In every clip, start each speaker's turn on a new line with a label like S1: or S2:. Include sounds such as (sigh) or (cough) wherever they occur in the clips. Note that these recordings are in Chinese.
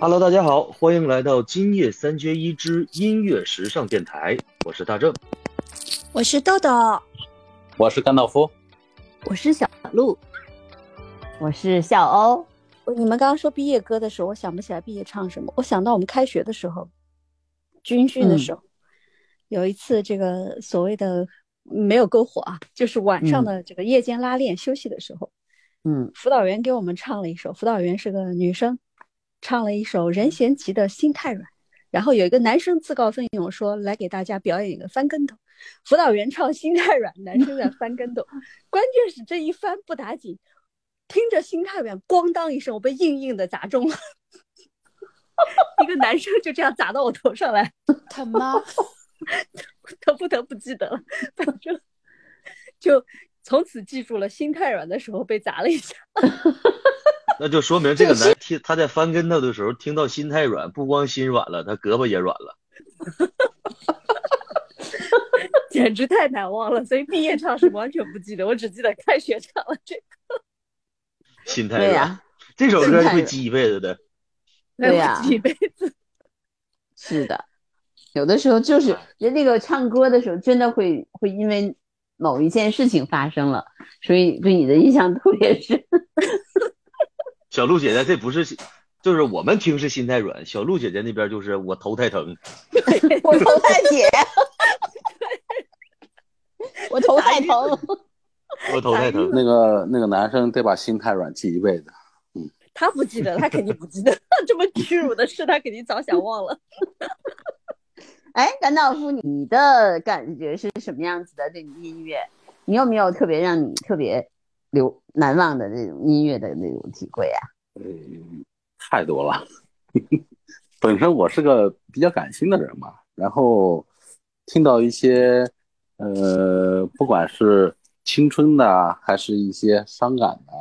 S1: Hello，大家好，欢迎来到今夜三缺一之音乐时尚电台，我是大正，
S2: 我是豆豆，
S3: 我是甘道夫，
S4: 我是小鹿，我是小欧。
S2: 你们刚刚说毕业歌的时候，我想不起来毕业唱什么，我想到我们开学的时候，军训
S4: 嗯
S2: 的时候，有一次这个所谓的没有篝火啊，就是晚上的这个夜间拉练休息的时候，
S4: 嗯，
S2: 辅导员给我们唱了一首，辅导员是个女生，唱了一首任贤齐的《心太软》，然后有一个男生自告奋勇说来给大家表演一个翻跟头，辅导员唱《心太软》，男生在翻跟头，关键是这一翻不打紧，听着《心太软》，咣当一声，我被硬硬的砸中了， (laughs) 一个男生就这样砸到我头上来，
S5: 他
S2: (laughs)
S5: 妈！
S2: 他不得不记得了，反正就从此记住了，心太软的时候被砸了一下。
S1: 那就说明这个男听他在翻跟头的时候听到心太软，不光心软了，他胳膊也软了。
S2: (laughs) 简直太难忘了，所以毕业唱什么完全不记得，我只记得开学唱了这个。
S1: 心太
S4: 对啊
S1: 软，
S4: 呀，
S1: 这首
S4: 心
S1: 歌
S4: 太
S1: 会
S4: 软
S1: 记一辈子的。
S4: 对呀
S2: 哎我记一辈子。
S4: 是的，有的时候就是人那个唱歌的时候，真的会会因为某一件事情发生了，所以对你的印象特别深。 (laughs)
S1: 小鹿姐姐，这不是心，就是我们听是心太软，小鹿姐姐那边就是我头太
S4: (laughs)
S1: 疼。
S4: 我头太铁，我头太疼。
S1: 我头太疼，
S3: 那个那个男生得把心太软记一辈子。
S2: 他不记得，他肯定不记得， (laughs) 这么屈辱的事，他肯定早想忘了。
S4: 哎，甘道夫，你的感觉是什么样子的？对你音乐，你有没有特别让你特别留难忘的那种音乐的那种体会啊？
S3: 嗯，太多了。 (laughs) 本身我是个比较感性的人嘛，然后听到一些呃，不管是青春的啊，还是一些伤感的啊，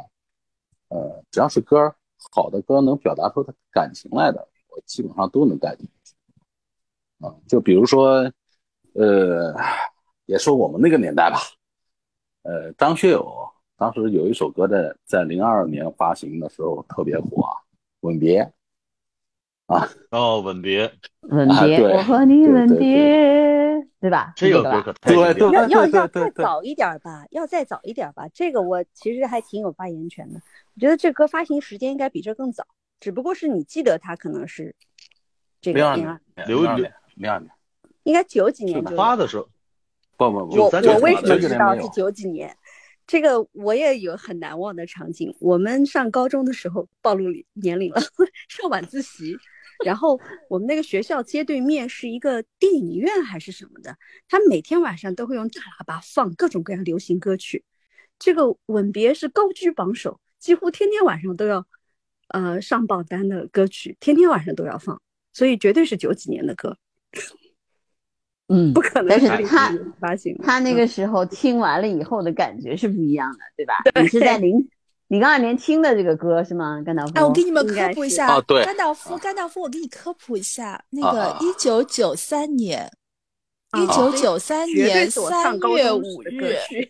S3: 呃，只要是歌儿好的歌儿能表达出他感情来的，我基本上都能带进去。啊、就比如说，呃，也说我们那个年代吧，呃，张学友当时有一首歌在在零二年发行的时候特别火啊，《吻别》
S1: 哦，吻别，
S4: 吻
S3: 啊
S4: 别，
S3: 对
S4: 我和你
S3: 对
S4: 吻
S3: 对对
S4: 别，对吧？
S1: 这
S4: 是
S1: 首
S4: 个
S1: 歌
S4: 吧？
S1: 可太经典了
S3: (laughs) 对对
S2: 要要
S3: 对
S2: 要
S3: 对
S2: 再
S3: 对
S2: 早一点吧，要再早一点吧。这个我其实还挺有发言权的。我觉得这歌发行时间应该比这更早，只不过是你记得它可能是这个
S3: 02
S2: 零二，
S1: 刘
S3: 零二
S1: 刘
S3: 年，零二年，
S2: 应该九几年就有。
S1: 发的时候，
S3: 不不不，
S2: 我
S1: 93年
S2: 我为
S1: 发
S2: 什
S1: 的
S2: 么
S1: 这
S2: 知
S1: 个
S2: 道是九几年？这个我也有很难忘的场景。我们上高中的时候暴露年龄了， (laughs) 上晚自习，然后我们那个学校街对面是一个电影院还是什么的，他每天晚上都会用大喇叭放各种各样流行歌曲。这个《吻别》是高居榜首，几乎天天晚上都要，呃，上榜单的歌曲，天天晚上都要放，所以绝对是九几年的歌，
S4: 嗯
S2: 不，可能
S4: 但是
S2: 是零
S4: 他
S2: 几年发行的。嗯
S4: 他那
S1: 嗯
S4: 个时候听完了以后的感觉是不一样的，对吧？你是在零零二年听的这个歌是吗？甘道夫？
S5: 哎，我给你们
S2: 应
S5: 科
S2: 该
S5: 普一
S2: 是哦
S5: 下，
S3: 啊对
S5: 甘道夫，
S3: 啊
S5: 甘道夫，我给你科普一下，那
S3: 啊
S5: 个
S3: 啊
S5: 一九九三年，
S2: 啊
S5: 一九九三
S2: 绝对
S5: 年
S2: 是我
S5: 三
S2: 上高
S5: 月
S2: 中
S5: 五
S2: 时的歌
S5: 日，
S2: 曲。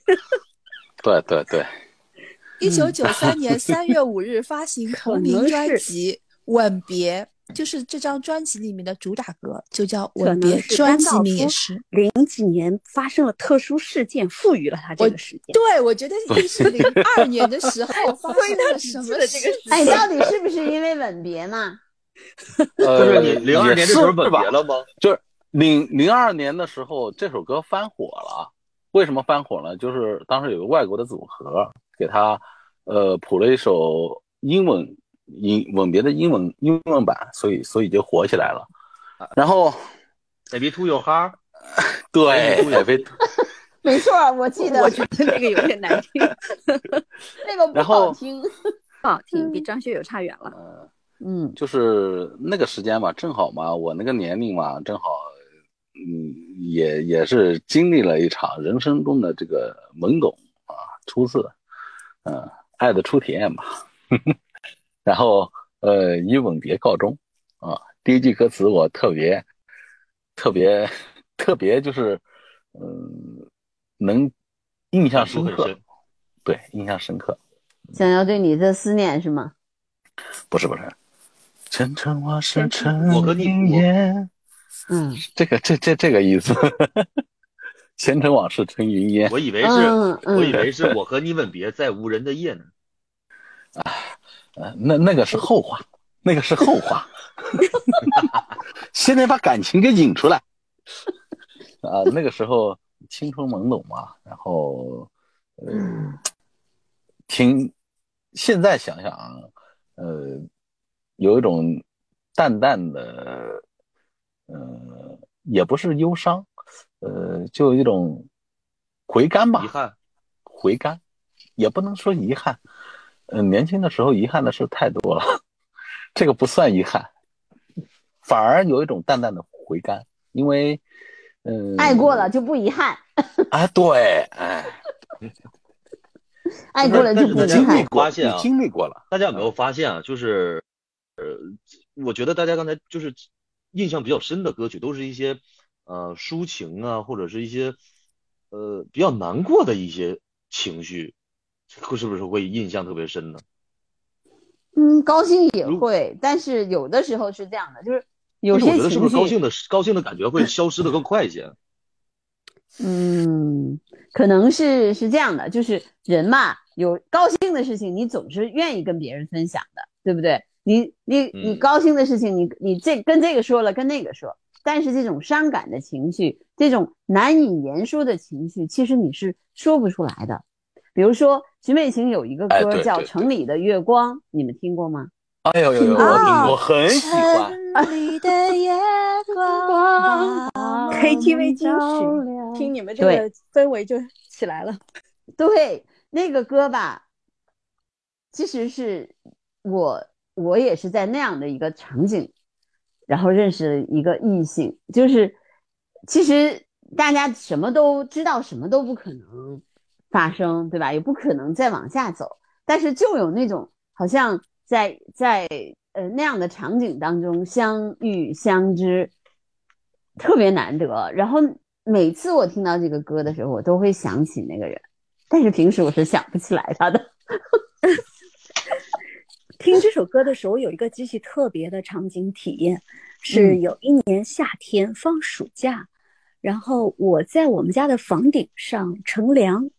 S3: 对对对，
S5: 一九九
S2: 嗯
S5: 三年三月五日
S2: (laughs)
S5: 发行同名专辑《吻别》，就是这张专辑里面的主打歌，就叫《吻别
S2: 可能》，是
S5: 专
S2: 甘
S5: 辑
S2: 道
S5: 名也
S2: 夫
S5: 是。
S2: 零几年发生了特殊事件，赋予了他这个事件。
S5: 对，我觉得一是
S2: (laughs)
S5: 零二年的时候发生了什
S2: 只
S5: 么
S2: 记得这
S5: 事
S2: 个
S5: 情？
S4: 哎，你到底是不是因为吻别嘛？
S1: 就是
S3: 呃，
S1: 你零二年的时候吻别了吗？
S3: 就是零零二年的时候，这首歌翻火了。为什么翻火呢？就是当时有个外国的组合给他呃谱了一首英文英吻别的英文英文版，所以所以就火起来了。
S1: 啊
S3: 然后
S1: Baby Two You Heart，
S3: 对海飞，
S4: 没错，我记得
S2: 我觉得这个有点难听，
S4: 那个不
S3: 然后
S4: 好听。
S2: 不好听，比张学友差远了。
S3: 呃，
S4: 嗯，
S3: 就是那个时间嘛，正好嘛，我那个年龄嘛，正好，嗯，也也是经历了一场人生中的这个懵懂啊，初次，嗯、爱的初体验吧。 (laughs) 然后，呃，以吻别告终啊。第一句歌词我特别，特别，特别就是，嗯，能印象深
S1: 感触
S3: 刻
S1: 很深，
S3: 对，印象深刻，
S4: 想要对你的思念是吗？
S3: 不是不是，晨晨，我是陈
S1: 哎我和你我
S3: 烟。
S4: 嗯
S3: 这个这这这个意思。前尘往事成云烟，
S1: 我以为是，
S4: 嗯
S1: 我以
S4: 嗯，
S1: 为是我和你吻别在无人的夜呢。
S3: 呃，那那个是后话，那个是后话。 (laughs) 先得把感情给引出来。啊、那个时候青春懵懂嘛，然后，呃，挺，现在想想啊，呃，有一种淡淡的，呃，也不是忧伤，呃，就有一种回甘吧，
S1: 遗憾，
S3: 回甘，也不能说遗憾。嗯、年轻的时候遗憾的事太多了， (laughs) 这个不算遗憾，反而有一种淡淡的回甘，因为，嗯、
S4: 爱过了就不遗憾，
S3: 啊，对，哎，
S4: 爱过了就
S1: 你
S4: 不
S1: 但是
S4: 遗
S1: 经历
S4: 憾。
S1: 过
S3: 过，
S1: 发现啊
S3: 你经历过了，
S1: 大家有没有发现啊？就是，呃，我觉得大家刚才就是印象比较深的歌曲，都是一些呃抒情啊，或者是一些呃比较难过的一些情绪，会是不是会印象特别深呢？
S4: 嗯，高兴也
S1: 如
S4: 会，但是有的时候是这样的，就是有
S1: 但是
S4: 些
S1: 我觉得是不
S4: 情
S1: 是高兴
S4: 绪，
S1: 的高兴的感觉会消失的更快一些？
S4: 嗯，可能是是这样的，就是人嘛，有高兴的事情，你总是愿意跟别人分享的，对不对？你你你
S1: 嗯
S4: 高兴的事情，你你这跟这个说了，跟那个说，但是这种伤感的情绪，这种难以言说的情绪，其实你是说不出来的。比如说徐美琴有一个
S3: 哎
S4: 歌
S3: 对
S4: 叫
S3: 对
S4: 《城里的月光》，你们听过吗？
S3: 哎呦呦呦，
S4: 啊
S3: 我听过，很喜欢，
S5: 城里的夜光
S4: 光 (laughs)
S5: 把我
S2: KTV 金曲
S5: 照亮
S2: 听你们这个氛围就起来了。
S4: 对，那个歌吧，其实是我我也是在那样的一个场景，然后认识了一个异性，就是其实大家什么都知道，什么都不可能发生，对吧？也不可能再往下走，但是就有那种好像在在呃那样的场景当中相遇相知，特别难得。然后每次我听到这个歌的时候，我都会想起那个人。但是平时我是想不起来他的。
S2: 听这首歌的时候，有一个极其特别的场景体验，是有一年夏天放暑假，然后我在我们家的房顶上乘凉，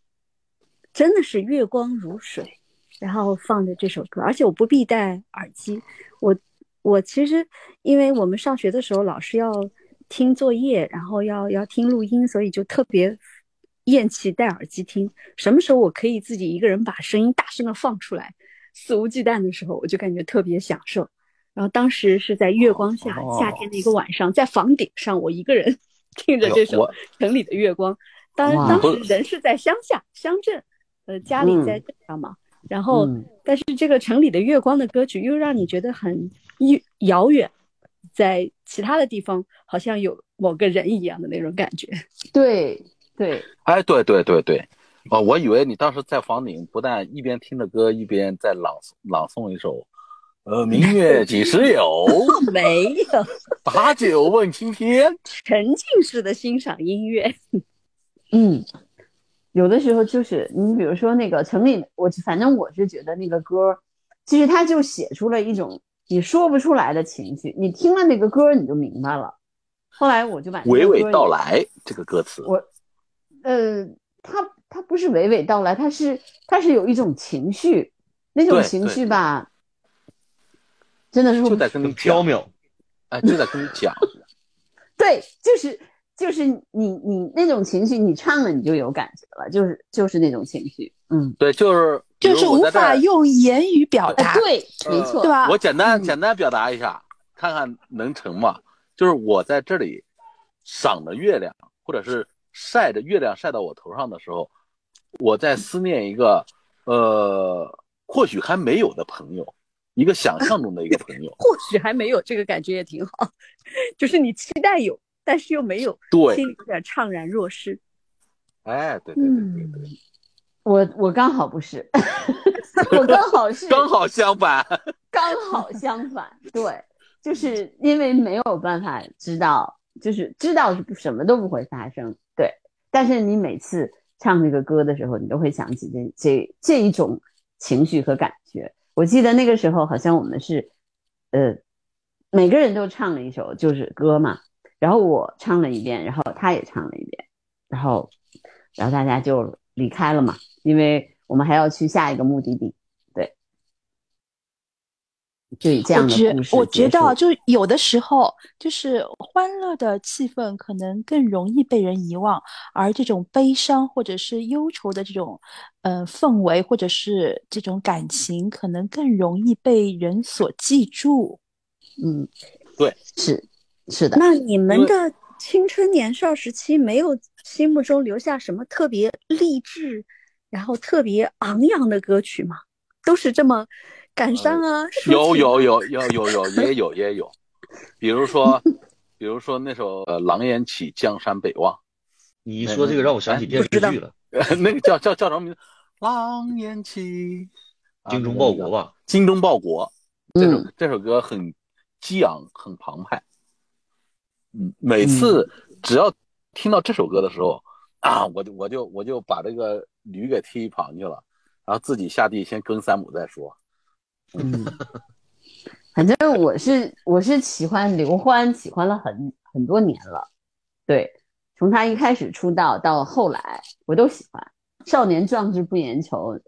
S2: 真的是月光如水，然后放着这首歌，而且我不必戴耳机，我我其实因为我们上学的时候老师要听作业，然后要要听录音，所以就特别厌弃戴耳机听。什么时候我可以自己一个人把声音大声的放出来，肆无忌惮的时候，我就感觉特别享受。然后当时是在月光下，
S3: 哦
S2: 夏天的一个晚上，在房顶上，我一个人听着这
S3: 哎呦
S2: 首
S3: 我
S2: 《城里的月光》。当然，
S4: 哇
S2: 当时人是在乡下乡镇，呃，家里在
S3: 嗯
S2: 镇上嘛。然后，
S4: 嗯
S2: 但是这个城里的月光的歌曲又让你觉得很遥遥远，在其他的地方好像有某个人一样的那种感觉。
S4: 对对，
S3: 哎，对对对对，哦，我以为你当时在房顶，不但一边听着歌，一边在朗诵朗诵一首，呃，明月几时有，
S2: (laughs)
S3: (laughs)
S2: 没有
S3: 把酒问青天，
S2: 沉浸式的欣赏音乐，。
S4: 嗯，有的时候就是你比如说那个城里，我反正我是觉得那个歌儿，其实它就写出了一种你说不出来的情绪，你听了那个歌儿你就明白了。后来我就把那
S3: 娓
S4: 个歌
S3: 娓
S4: 儿
S3: 道
S4: 也
S3: 来这个歌词，
S4: 我，呃，他他不是娓娓道来，他是他是有一种情绪，那种
S3: 对
S4: 情
S3: 对
S4: 绪吧，真的是
S3: 就在跟你
S1: 很缥
S3: 讲，
S1: 缈，
S3: 哎，就在跟你讲，
S4: 对，就是就是你你那种情绪，你唱了你就有感觉了，就是就是那种情绪，嗯，
S3: (laughs) 对，就是比
S5: 就
S3: 如
S5: 是
S3: 我
S5: 无
S3: 在这
S5: 法
S3: 儿
S5: 用言语表
S4: 哎，
S5: 达，
S4: 对，
S3: 呃
S4: 没错，
S5: 啊对？吧？
S3: 我简单
S4: 嗯
S3: 简单表达一下，看看能成吗？就是我在这里赏着月亮，或者是晒着月亮晒到我头上的时候，我在思念一个呃，或许还没有的朋友，一个想象中的一个
S5: (laughs)
S3: 朋友
S2: 或许还没有这个感觉也挺好， (laughs) 就是你期待有，但是又没有，
S3: 对
S2: 心里有点怅然若失。
S3: 哎，对对对
S5: 嗯
S3: 对 (laughs) 对，
S4: 我我刚好不是， (laughs) 我刚好
S3: (laughs)
S4: 是
S3: 刚好相反。
S4: 刚好相反，对，就是因为没有办法知道，就是知道是不什么都不会发生，对。但是你每次唱这个歌的时候，你都会想起这这这一种情绪和感觉。我记得那个时候好像我们是，呃，每个人都唱了一首，就是歌嘛。然后我唱了一遍，然后他也唱了一遍，然后，然后大家就离开了嘛，因为我们还要去下一个目的地。对，就以这样
S5: 我
S4: 的
S5: 觉
S4: 故事
S5: 我觉
S4: 结束
S5: 得，就有的时候，就是欢乐的气氛可能更容易被人遗忘，而这种悲伤或者是忧愁的这种，呃，氛围或者是这种感情，可能更容易被人所记住。
S4: 嗯，
S3: 对，
S4: 是是的，
S2: 那你们的青春年少时期没有心目中留下什么特别励志，然后特别昂扬的歌曲吗？都是这么感伤啊，抒
S3: 呃有
S2: 情
S3: 有有有有有也有也有，比如
S5: (laughs)
S3: 说，比如说那首呃《狼烟起，江山北望
S1: 你一说这个让我想起电视剧了，》，
S3: (laughs) 那个叫叫叫什么名字？狼烟起，啊
S1: 精忠报国，吧？
S3: 精忠报国。这首
S4: 嗯，
S3: 这首歌很激昂，很澎湃。嗯，每次只要听到这首歌的时候，啊，我就我就我就把这个驴给踢一旁去了，然后自己下地先耕三亩再说。
S4: 嗯， (laughs) 反正我是我是喜欢刘欢，喜欢了很很多年了。对，从他一开始出道到后来，我都喜欢。少年壮志不言愁，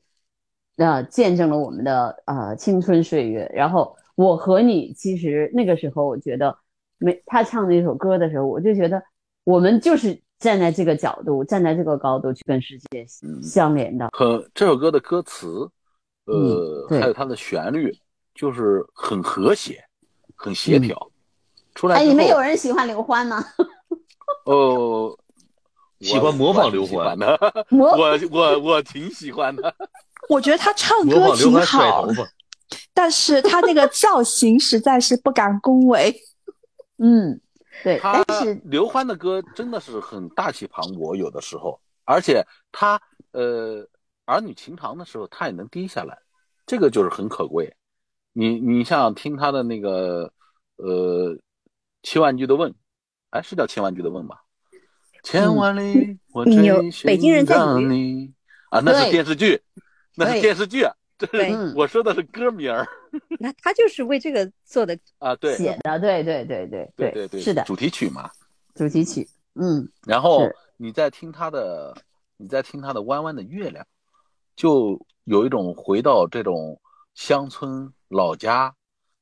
S4: 呃，见证了我们的呃青春岁月。然后我和你，其实那个时候我觉得没，他唱那首歌的时候，我就觉得我们就是站在这个角度，站在这个高度去跟世界
S3: 嗯
S4: 相连的。
S3: 可这首歌的歌词，呃
S4: 啊嗯，对
S3: 还有它的旋律，就是很和谐，很协调。出来
S4: 嗯哎，
S3: 之
S4: 你们
S3: 后
S4: 有人喜欢刘欢吗？
S3: (laughs) 哦，
S1: 喜欢模仿刘欢
S3: 的， (laughs)
S4: 我
S3: 我我我挺喜欢的。
S5: 我觉得他唱
S1: 模
S5: 啊歌
S1: 仿刘
S5: 挺
S1: 欢甩
S5: 好
S1: 头，发，
S5: 但是他那个造型实在是不敢恭维。
S4: 嗯，对，
S3: 他
S4: 但是
S3: 刘欢的歌真的是很大气磅礴，有的时候，而且他呃儿女情长的时候，他也能低下来，这个就是很可贵。你你像听他的那个呃千万句的问，哎是叫千万句的问吧？千万里我
S4: 嗯
S2: 纽
S3: 追
S2: 北京人
S3: 寻
S2: 在纽
S3: 着
S2: 约
S3: 你啊，那是
S4: 对
S3: 电视剧，那是
S4: 对
S3: 电视剧，啊这
S2: 对
S3: 是我说的是歌名儿
S2: 那他就是为这个做的。
S3: 啊，对
S4: 写的，对对对对
S3: 对对对，
S4: 是的，
S3: 主题曲嘛。
S4: 主题曲，嗯
S3: 然后
S4: 是
S3: 你再听他的，你再听他的《弯弯的月亮》，就有一种回到这种乡村老家，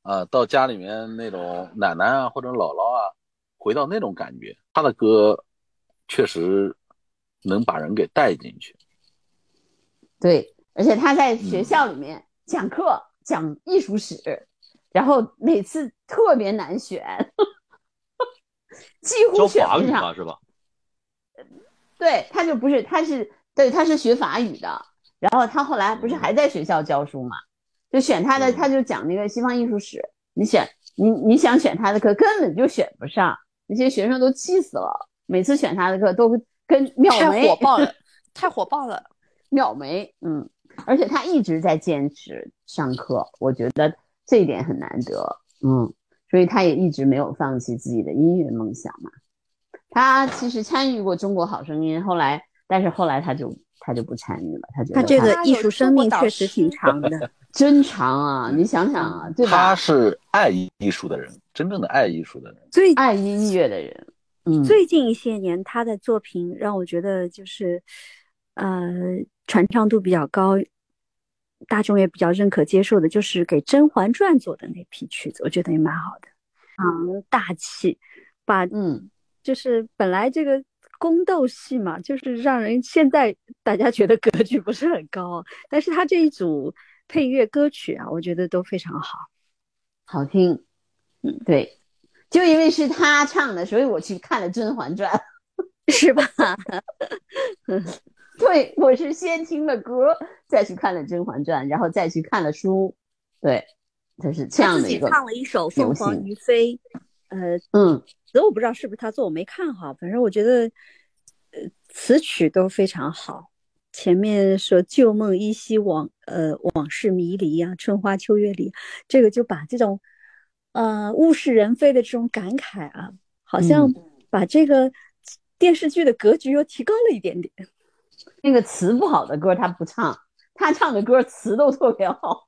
S3: 啊、到家里面那种奶奶啊或者姥姥啊，回到那种感觉。他的歌确实能把人给带进去。
S4: 对，而且他在学校里面讲课，讲艺术史，然后每次特别难选， (laughs) 几乎
S1: 教
S4: 选
S1: 法
S4: 不
S1: 语
S4: 上。
S1: 吧是吧？
S4: 对，他就不是，他是对，他是学法语的，然后他后来不是还在学校教书嘛，就选他的，
S1: 嗯
S4: 他就讲那个西方艺术史，你选你你想选他的课根本就选不上，那些学生都气死了，每次选他的课都跟秒
S5: 太
S4: 没
S5: 火爆了，太火爆了。
S4: 秒没，嗯，而且他一直在坚持上课，我觉得这一点很难得，嗯，所以他也一直没有放弃自己的音乐梦想嘛。他其实参与过《中国好声音》，后来，但是后来他就他就不参与了，他觉得
S2: 他这个
S5: 他有
S2: 艺术生命确实挺
S5: 中
S2: 长的。
S4: 真长啊，你想想啊，对
S3: 他
S4: 吧？
S3: 是爱艺术的人，真正的爱艺术的人。
S2: (laughs) 最
S4: 爱音乐的人，嗯，
S2: 最近一些年，他的作品让我觉得就是，呃，传唱度比较高，大众也比较认可接受的，就是给《甄嬛传》做的那批曲子，我觉得也蛮好的，嗯，大气，把
S4: 嗯，
S2: 就是本来这个宫斗戏嘛，就是让人现在大家觉得格局不是很高，啊但是他这一组配乐歌曲啊，我觉得都非常好。
S4: 好听，嗯对，就因为是他唱的，所以我去看了《甄嬛传》。
S2: 是吧？
S4: 对，我是先听了歌，再去看了《甄嬛传》，然后再去看了书，对，就是这
S2: 他
S4: 样
S2: 自
S4: 的一
S2: 己
S4: 个，
S2: 唱了一首《凤凰于飞》，呃，
S4: 嗯，
S2: 词我不知道是不是他做，我没看哈。反正我觉得，呃，词曲都非常好。前面说“旧梦依稀，往呃往事迷离”啊，“春花秋月里”，这个就把这种呃物是人非的这种感慨啊，好像
S4: 嗯
S2: 把这个电视剧的格局又提高了一点点。
S4: 那个词不好的歌他不唱，他唱的歌词都特别好，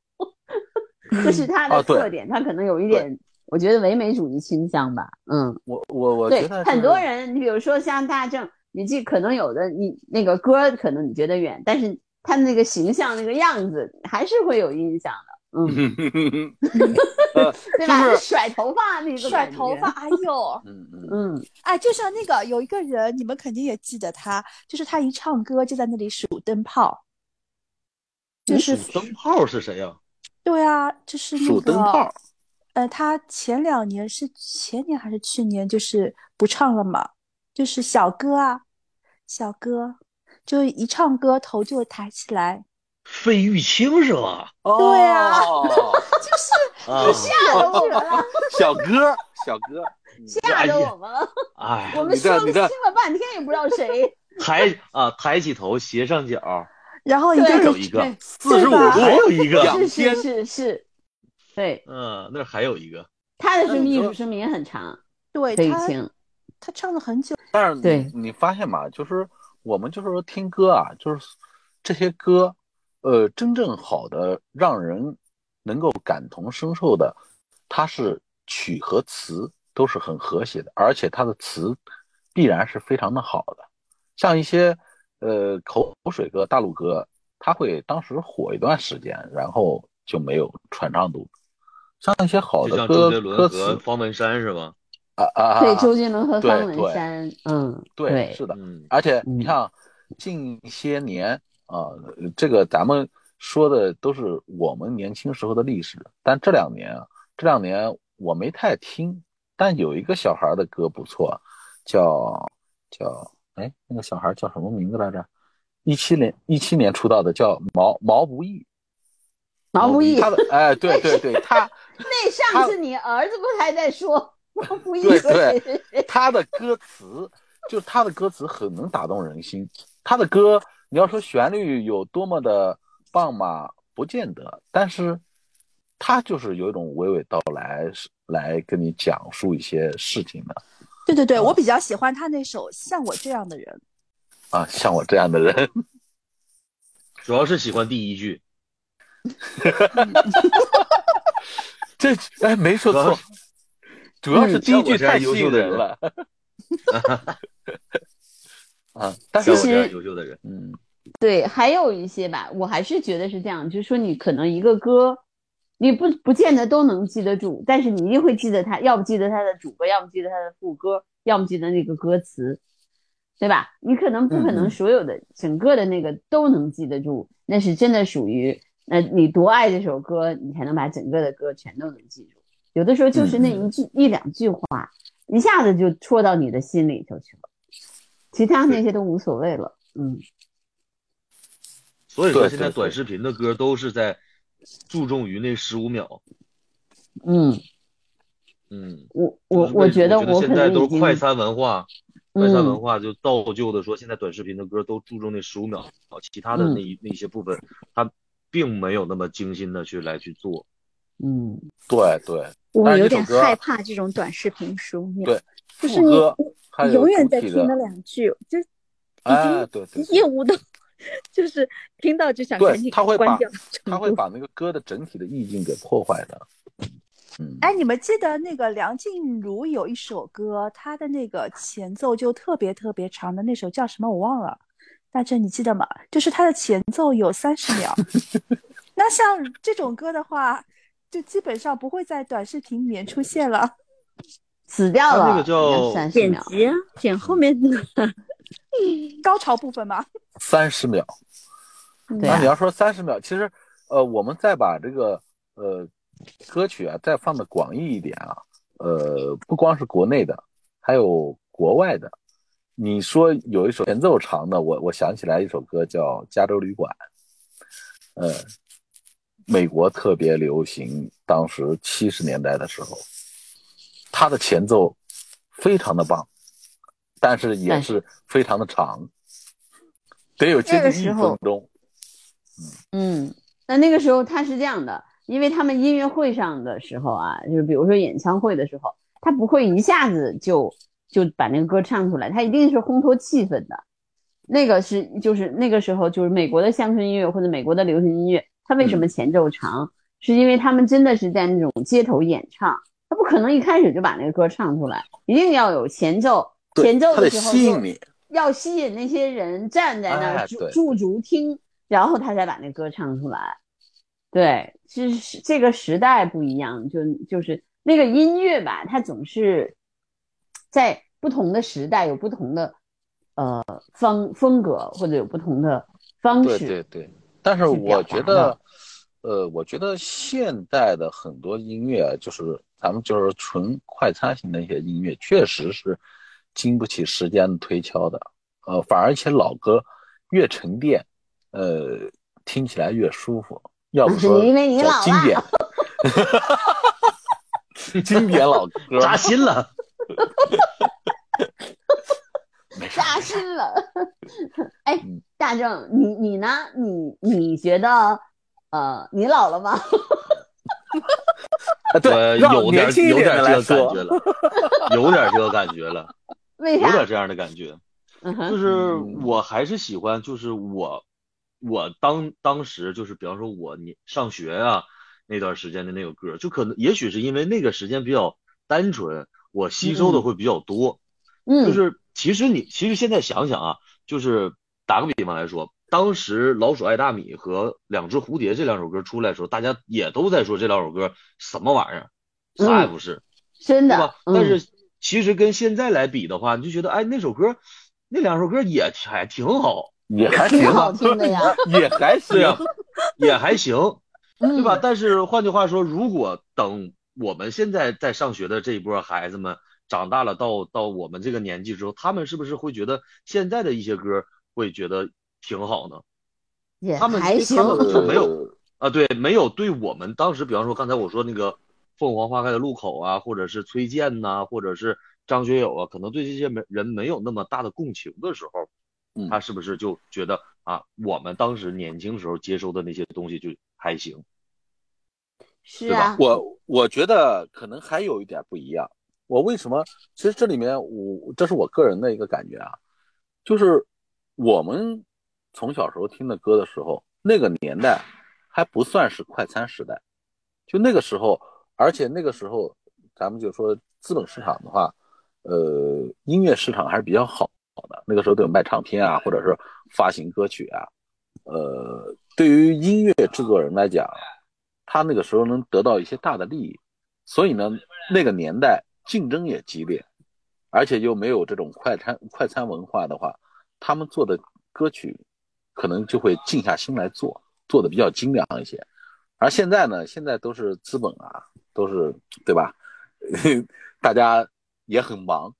S4: 这是他 (laughs)
S3: 啊
S4: 的
S3: 对
S4: 特点，他可能有一点我觉得唯美主义倾向吧，嗯，
S3: 我我我
S4: 对
S3: 觉得，
S4: 很
S3: 是 (laughs)
S4: 多人，你比如说像大正，你这可能有的你那个歌儿可能你觉得远，但是他那个形象那个样子还是会有印象的，嗯，
S3: 呃
S4: 对吧？
S3: 就是
S4: 甩头发那个
S5: 甩
S4: 感
S5: 头
S4: 觉
S5: 发，，哎呦，
S3: 嗯嗯
S4: 嗯，
S5: 哎，就像那个有一个人，你们肯定也记得他，就是他一唱歌就在那里数灯泡，就是
S1: 灯泡是谁呀、
S5: 对啊，就是那
S3: 数灯
S5: 个
S3: 泡，
S5: 呃，他前两年是前年还是去年，就是不唱了嘛，就是小哥啊，小哥，就一唱歌头就抬起来，
S1: 费玉清是吧？
S5: 对啊
S3: 哦，
S5: 就是
S1: 啊，
S4: 吓着我们了，
S3: 小哥小哥，
S4: 吓着我们了，
S1: 哎，
S4: 我们
S3: 你这样
S4: 说了
S3: 你
S4: 听
S3: 这样
S4: 了半天也不知道谁，
S1: 抬啊，抬起头，斜上角，
S5: 然后一
S4: 对
S5: 个
S1: 有一个
S5: 对
S3: 四十五
S5: 吧
S1: 还有
S3: 度，
S1: 一个，
S3: 两
S4: 是
S3: 天
S4: 是是是，对，
S1: 嗯，那儿还有一个，
S4: 他的
S3: 那
S4: 这个
S3: 你
S4: 艺
S3: 说
S4: 术生命也很长，
S3: 嗯
S5: 对
S4: 费玉
S5: 他
S4: 清，
S3: 啊
S5: 他唱了很久，
S3: 但是你
S4: 对
S3: 你发现嘛，就是我们就是说听歌啊，就是这些歌，呃，真正好的让人能够感同身受的，它是曲和词都是很和谐的，而且它的词必然是非常的好的。像一些呃口水歌、大陆歌，它会当时火一段时间，然后就没有传唱度。像一些好
S1: 就
S3: 的
S1: 像周
S3: 歌
S1: 杰
S3: 歌
S1: 伦和
S3: 词
S1: 方文山是吧？
S3: 啊啊啊，
S4: 对
S3: 啊
S4: 周杰伦和
S3: 对
S4: 方文
S3: 对
S4: 山，嗯，
S3: 对，是的。
S1: 嗯，
S3: 而且你
S4: 嗯
S3: 看，啊近些年啊、呃这个咱们说的都是我们年轻时候的历史，但这两年啊，这两年我没太听，但有一个小孩的歌不错，叫叫哎，那个小孩叫什么名字来着？一七年一七年出道的叫毛毛不易，
S4: 毛不易，
S3: 他的哎，对对对，他
S4: 那上次你儿子不还在说毛不易
S3: 对
S4: 和谁谁谁？
S3: (laughs) 他的歌词，就是他的歌词很能打动人心。他的歌，你要说旋律有多么的棒嘛，不见得，但是他就是有一种娓娓道来，是来跟你讲述一些事情的
S5: 对对对，我比较喜欢他那首《像我这样的人》，
S3: 啊。 (laughs) 像我这样的人，
S1: 主要是喜欢第一句，
S3: (laughs) 这哎没说
S1: 主要
S3: 错
S1: 是，
S3: 主要是
S1: 嗯
S3: 第一
S1: 像我
S3: 句
S1: 这样
S3: 太吸
S1: 优秀
S3: 引
S1: 的
S3: 人
S1: 人
S3: 了。 (laughs) 啊，但
S1: 像
S3: 是
S1: 我这样
S4: 其实
S1: 优秀的人，
S3: 嗯，
S4: 对，还有一些吧，我还是觉得是这样，就是说你可能一个歌，你不不见得都能记得住，但是你一定会记得它，要不记得它的主歌，要不记得它的副歌，要么记得那个歌词，对吧？你可能不可
S3: 嗯
S4: 能
S3: 嗯
S4: 所有的整个的那个都能记得住，那是真的属于，那你多爱这首歌，你才能把整个的歌全都能记住。有的时候
S3: 嗯
S4: 就是那一句一两句话，一下子就戳到你的心里头去了，其他那些都无所谓了，嗯。
S1: 所以说
S3: 对
S1: 现在
S3: 对
S1: 短
S3: 对
S1: 视频的歌都是在注重于那十五秒，
S4: 嗯，
S1: 嗯，
S4: 我我
S1: 就是为
S4: 我觉得
S1: 我
S4: 我可
S1: 现在
S4: 能
S1: 都
S4: 已
S1: 是
S4: 经
S1: 快餐文化，快餐文
S4: 嗯
S1: 化就造就的说，现在短视频的歌都注重那十五秒，其他的
S4: 嗯
S1: 那一那些部分，它并没有那么精心的去来去做。
S4: 嗯，
S3: 对对
S2: 我
S3: 但是
S2: 有
S3: 这首
S2: 点
S3: 歌啊
S2: 害怕这种短视频十五秒
S3: 对，，
S2: 就是
S3: 副
S2: 你
S3: 歌
S2: 你
S3: 还
S2: 你
S3: 有
S2: 永远
S3: 主
S2: 在
S3: 体
S2: 听那，
S3: 的
S2: 两句，就
S3: 哎，
S2: 已
S3: 对
S2: 经
S3: 对对。
S2: 厌恶到， (laughs) 就是听到就想
S3: 对
S2: 赶紧
S3: 他会
S2: 关
S3: 把
S2: 掉的
S3: 他
S2: 程
S3: 会
S2: 度。
S3: 把那个歌的整体的意境给破坏的。嗯，
S5: 哎，你们记得那个梁静茹有一首歌，她的那个前奏就特别特别长的那首叫什么我忘了，大正你记得吗？就是它的前奏有三十秒。那像这种歌的话，就基本上不会在短视频里面出现了。
S4: 死掉
S1: 他那
S4: 了
S1: 个叫
S4: 三十
S2: 剪
S4: 秒，
S2: 辑啊，剪后面的，
S5: 高潮部分嘛，
S3: 三十秒。
S4: 对
S3: 嗯那
S4: 啊
S3: 你，要说三十秒，其实呃，我们再把这个呃歌曲啊再放的广义一点啊，呃，不光是国内的，还有国外的。你说有一首前奏长的，我我想起来一首歌叫《加州旅馆》，呃，美国特别流行，当时七十年代的时候，它的前奏非常的棒，但是也
S4: 但
S3: 是非常的长，得有接
S4: 那个
S3: 近
S4: 时
S3: 一
S4: 候
S3: 分钟。
S4: 嗯，那那个时候他是这样的，因为他们音乐会上的时候啊，就是比如说演唱会的时候，他不会一下子就就把那个歌唱出来，他一定是烘托气氛的。那个是就是那个时候就是美国的乡村音乐或者美国的流行
S3: 嗯
S4: 音乐，它为什么前奏长？是因为他们真的是在那种街头演唱，他不可能一开始就把那个歌唱出来，一定要有前奏，前奏
S3: 他得
S4: 的时候
S3: 吸
S4: 就
S3: 引你。
S4: 要吸引那些人站在那
S3: 哎
S4: 儿驻
S3: 对
S4: 驻足听，然后他才把那歌唱出来。对，是是这个时代不一样，就就是那个音乐吧，它总是在不同的时代有不同的呃方风格，或者有不同的方
S3: 对
S4: 式。
S3: 对对，但是
S4: 去表
S3: 我觉
S4: 达
S3: 得
S4: 的，
S3: 呃，我觉得现代的很多音乐，啊就是咱们就是纯快餐型的一些音乐，确实是经不起时间的推敲的。呃，反而且老歌越沉淀，呃，听起来越舒服。要不
S4: 是
S3: 说
S4: (laughs) 因为你
S3: 叫
S4: 老
S3: 经
S4: 了
S3: 典，经典老歌，
S1: 扎心了。
S3: 没事
S4: 扎心
S1: (laughs)
S4: 了。哎
S3: 嗯，
S4: 大正，你你呢？你你觉得呃，你老了吗？
S3: 啊，
S1: 我
S3: 对，让
S1: 有点
S3: 年轻一
S1: 有
S3: 点
S1: 点
S3: 的
S1: 这
S3: 来
S1: 个感
S3: 说
S1: 觉，了，有点这个感觉
S4: (laughs)
S1: 了，
S4: 为
S1: 有
S4: 啥
S1: 点？这样的感觉。
S4: 嗯哼
S1: 就是
S3: 嗯
S1: 我还是喜欢，就是我我当当时就是，比方说我你上学啊那段时间的那个歌，就可能也许是因为那个时间比较单纯，我吸收的
S4: 嗯
S1: 会比较多。
S4: 嗯，
S1: 就是其实你其实现在想想啊，就是打个比方来说，当时《老鼠爱大米》和《两只蝴蝶》这两首歌出来的时候，大家也都在说这两首歌什么玩意儿，啥也不是。
S4: 真
S1: 对
S4: 嗯的
S1: 吧？，
S4: 嗯
S1: 但是其实跟现在来比的话，你就觉得哎，那首歌，那两首歌也还挺好，
S3: 也还
S4: 挺
S3: 行
S4: 好
S3: 吧，
S4: 听的呀，
S3: (laughs) 也还行
S1: 对。啊呀、
S3: (laughs)
S1: 也还行，对吧？
S4: 嗯，
S1: 但是换句话说，如果等我们现在在上学的这一波孩子们长大了，到到我们这个年纪之后，他们是不是会觉得现在的一些歌会觉得挺好呢？
S4: 也
S1: 他们
S4: 还行
S1: 他，们就没有
S3: 呃
S1: 啊，对，没有对我们当时，比方说刚才我说那个凤凰花开的路口啊，或者是崔健呐、或者是张学友啊，可能对这些没人没有那么大的共情的时候，
S3: 嗯
S1: 他是不是就觉得啊，我们当时年轻时候接收的那些东西就还行？
S4: 是
S1: 对吧
S4: 啊，
S3: 我我觉得可能还有一点不一样。我为什么？其实这里面我这是我个人的一个感觉啊，就是我们从小时候听的歌的时候，那个年代还不算是快餐时代，就那个时候，而且那个时候咱们就说资本市场的话，呃，音乐市场还是比较好的。那个时候都有卖唱片啊，或者是发行歌曲啊，呃，对于音乐制作人来讲，他那个时候能得到一些大的利益，所以呢，那个年代竞争也激烈，而且又没有这种快餐快餐文化的话，他们做的歌曲可能就会静下心来做，做的比较精良一些。而现在呢，现在都是资本啊，都是对吧？ (laughs) 大家也很忙，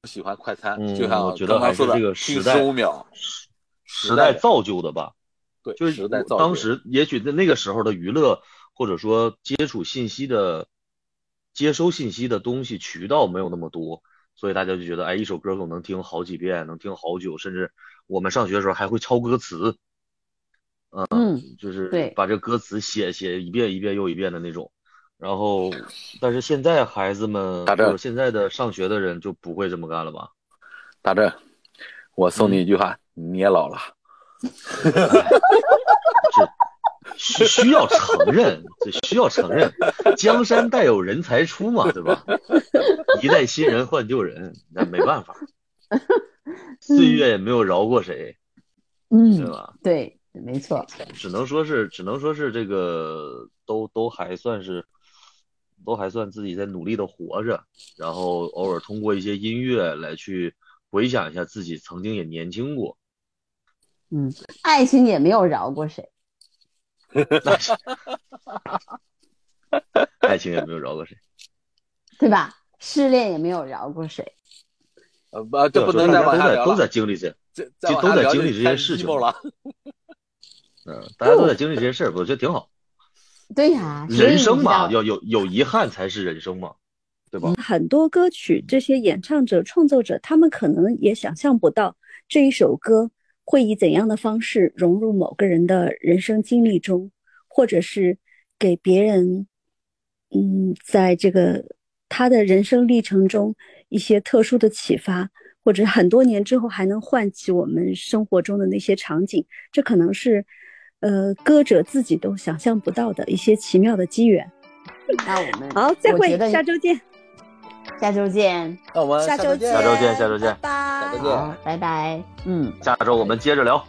S3: 不喜欢快餐，
S1: 嗯
S3: 就像
S1: 我觉得
S3: 刚
S1: 还
S3: 刚
S1: 是
S3: 说的，
S1: 这个时代
S3: 十五秒，
S1: 时
S3: 代
S1: 代
S3: 的
S1: 造就的吧，
S3: 对，
S1: 就是
S3: 时代
S1: 我
S3: 造就。
S1: 当时也许在那个时候的娱乐或者说接触信息的接收信息的东西渠道没有那么多，所以大家就觉得哎，一首歌可能听好几遍，能听好久，甚至我们上学的时候还会抄歌词，
S4: 嗯，
S1: 就是
S4: 对
S1: 把这歌词写写一遍一遍又一遍的那种。然后，但是现在孩子们或
S3: 打针
S1: 者现在的上学的人就不会这么干了吧？
S3: 大正，我送你一句话，你也老了。
S1: 需需要承认，这需要承认，江山代有人才出嘛，对吧？一代新人换旧人，那没办法，岁月也没有饶过谁，对
S4: 嗯，
S1: 吧？
S4: 对，没错，
S1: 只能说是，只能说是这个都都还算是，都还算自己在努力的活着，然后偶尔通过一些音乐来去回想一下自己曾经也年轻过，
S4: 嗯，爱情也没有饶过谁，
S1: 那是爱情也没有饶过谁。
S4: 对吧？失恋也没有饶过谁，
S3: 呃，不，这不
S1: 对
S3: 能
S1: 大
S3: 再
S1: 家
S3: 往
S1: 都
S3: 下
S1: 在
S3: 聊
S1: 都在
S3: 了，啊
S1: 经历这，
S3: 这
S1: 这
S3: 再往
S1: 都
S3: 下
S1: 在
S3: 聊
S1: 经
S3: 就
S1: 历这些
S3: 开始
S1: 事情
S3: emo
S1: (laughs)
S3: 了。
S1: 嗯，大家都在经历这些事儿，我觉得挺好。
S4: 对呀，所以
S1: 人
S4: 你
S1: 生
S4: 知
S1: 嘛，
S4: 道，
S1: 要有有遗憾才是人生嘛，对吧？
S2: 很多歌曲，这些演唱者、创作者，他们可能也想象不到这一首歌会以怎样的方式融入某个人的人生经历中，或者是给别人，嗯，在这个他的人生历程中一些特殊的启发，或者很多年之后还能唤起我们生活中的那些场景，这可能是，呃，歌者自己都想象不到的一些奇妙的机缘。
S4: 那我们
S2: 好，再
S4: 我
S2: 会
S4: 觉，得
S2: 下周见，
S4: 下周见，
S3: 呃
S6: 那我们
S2: 周
S6: 周
S2: 见，
S1: 下周见下周见
S2: 拜拜
S6: 下周见
S4: 好，拜拜，嗯。
S1: 下周我们接着聊。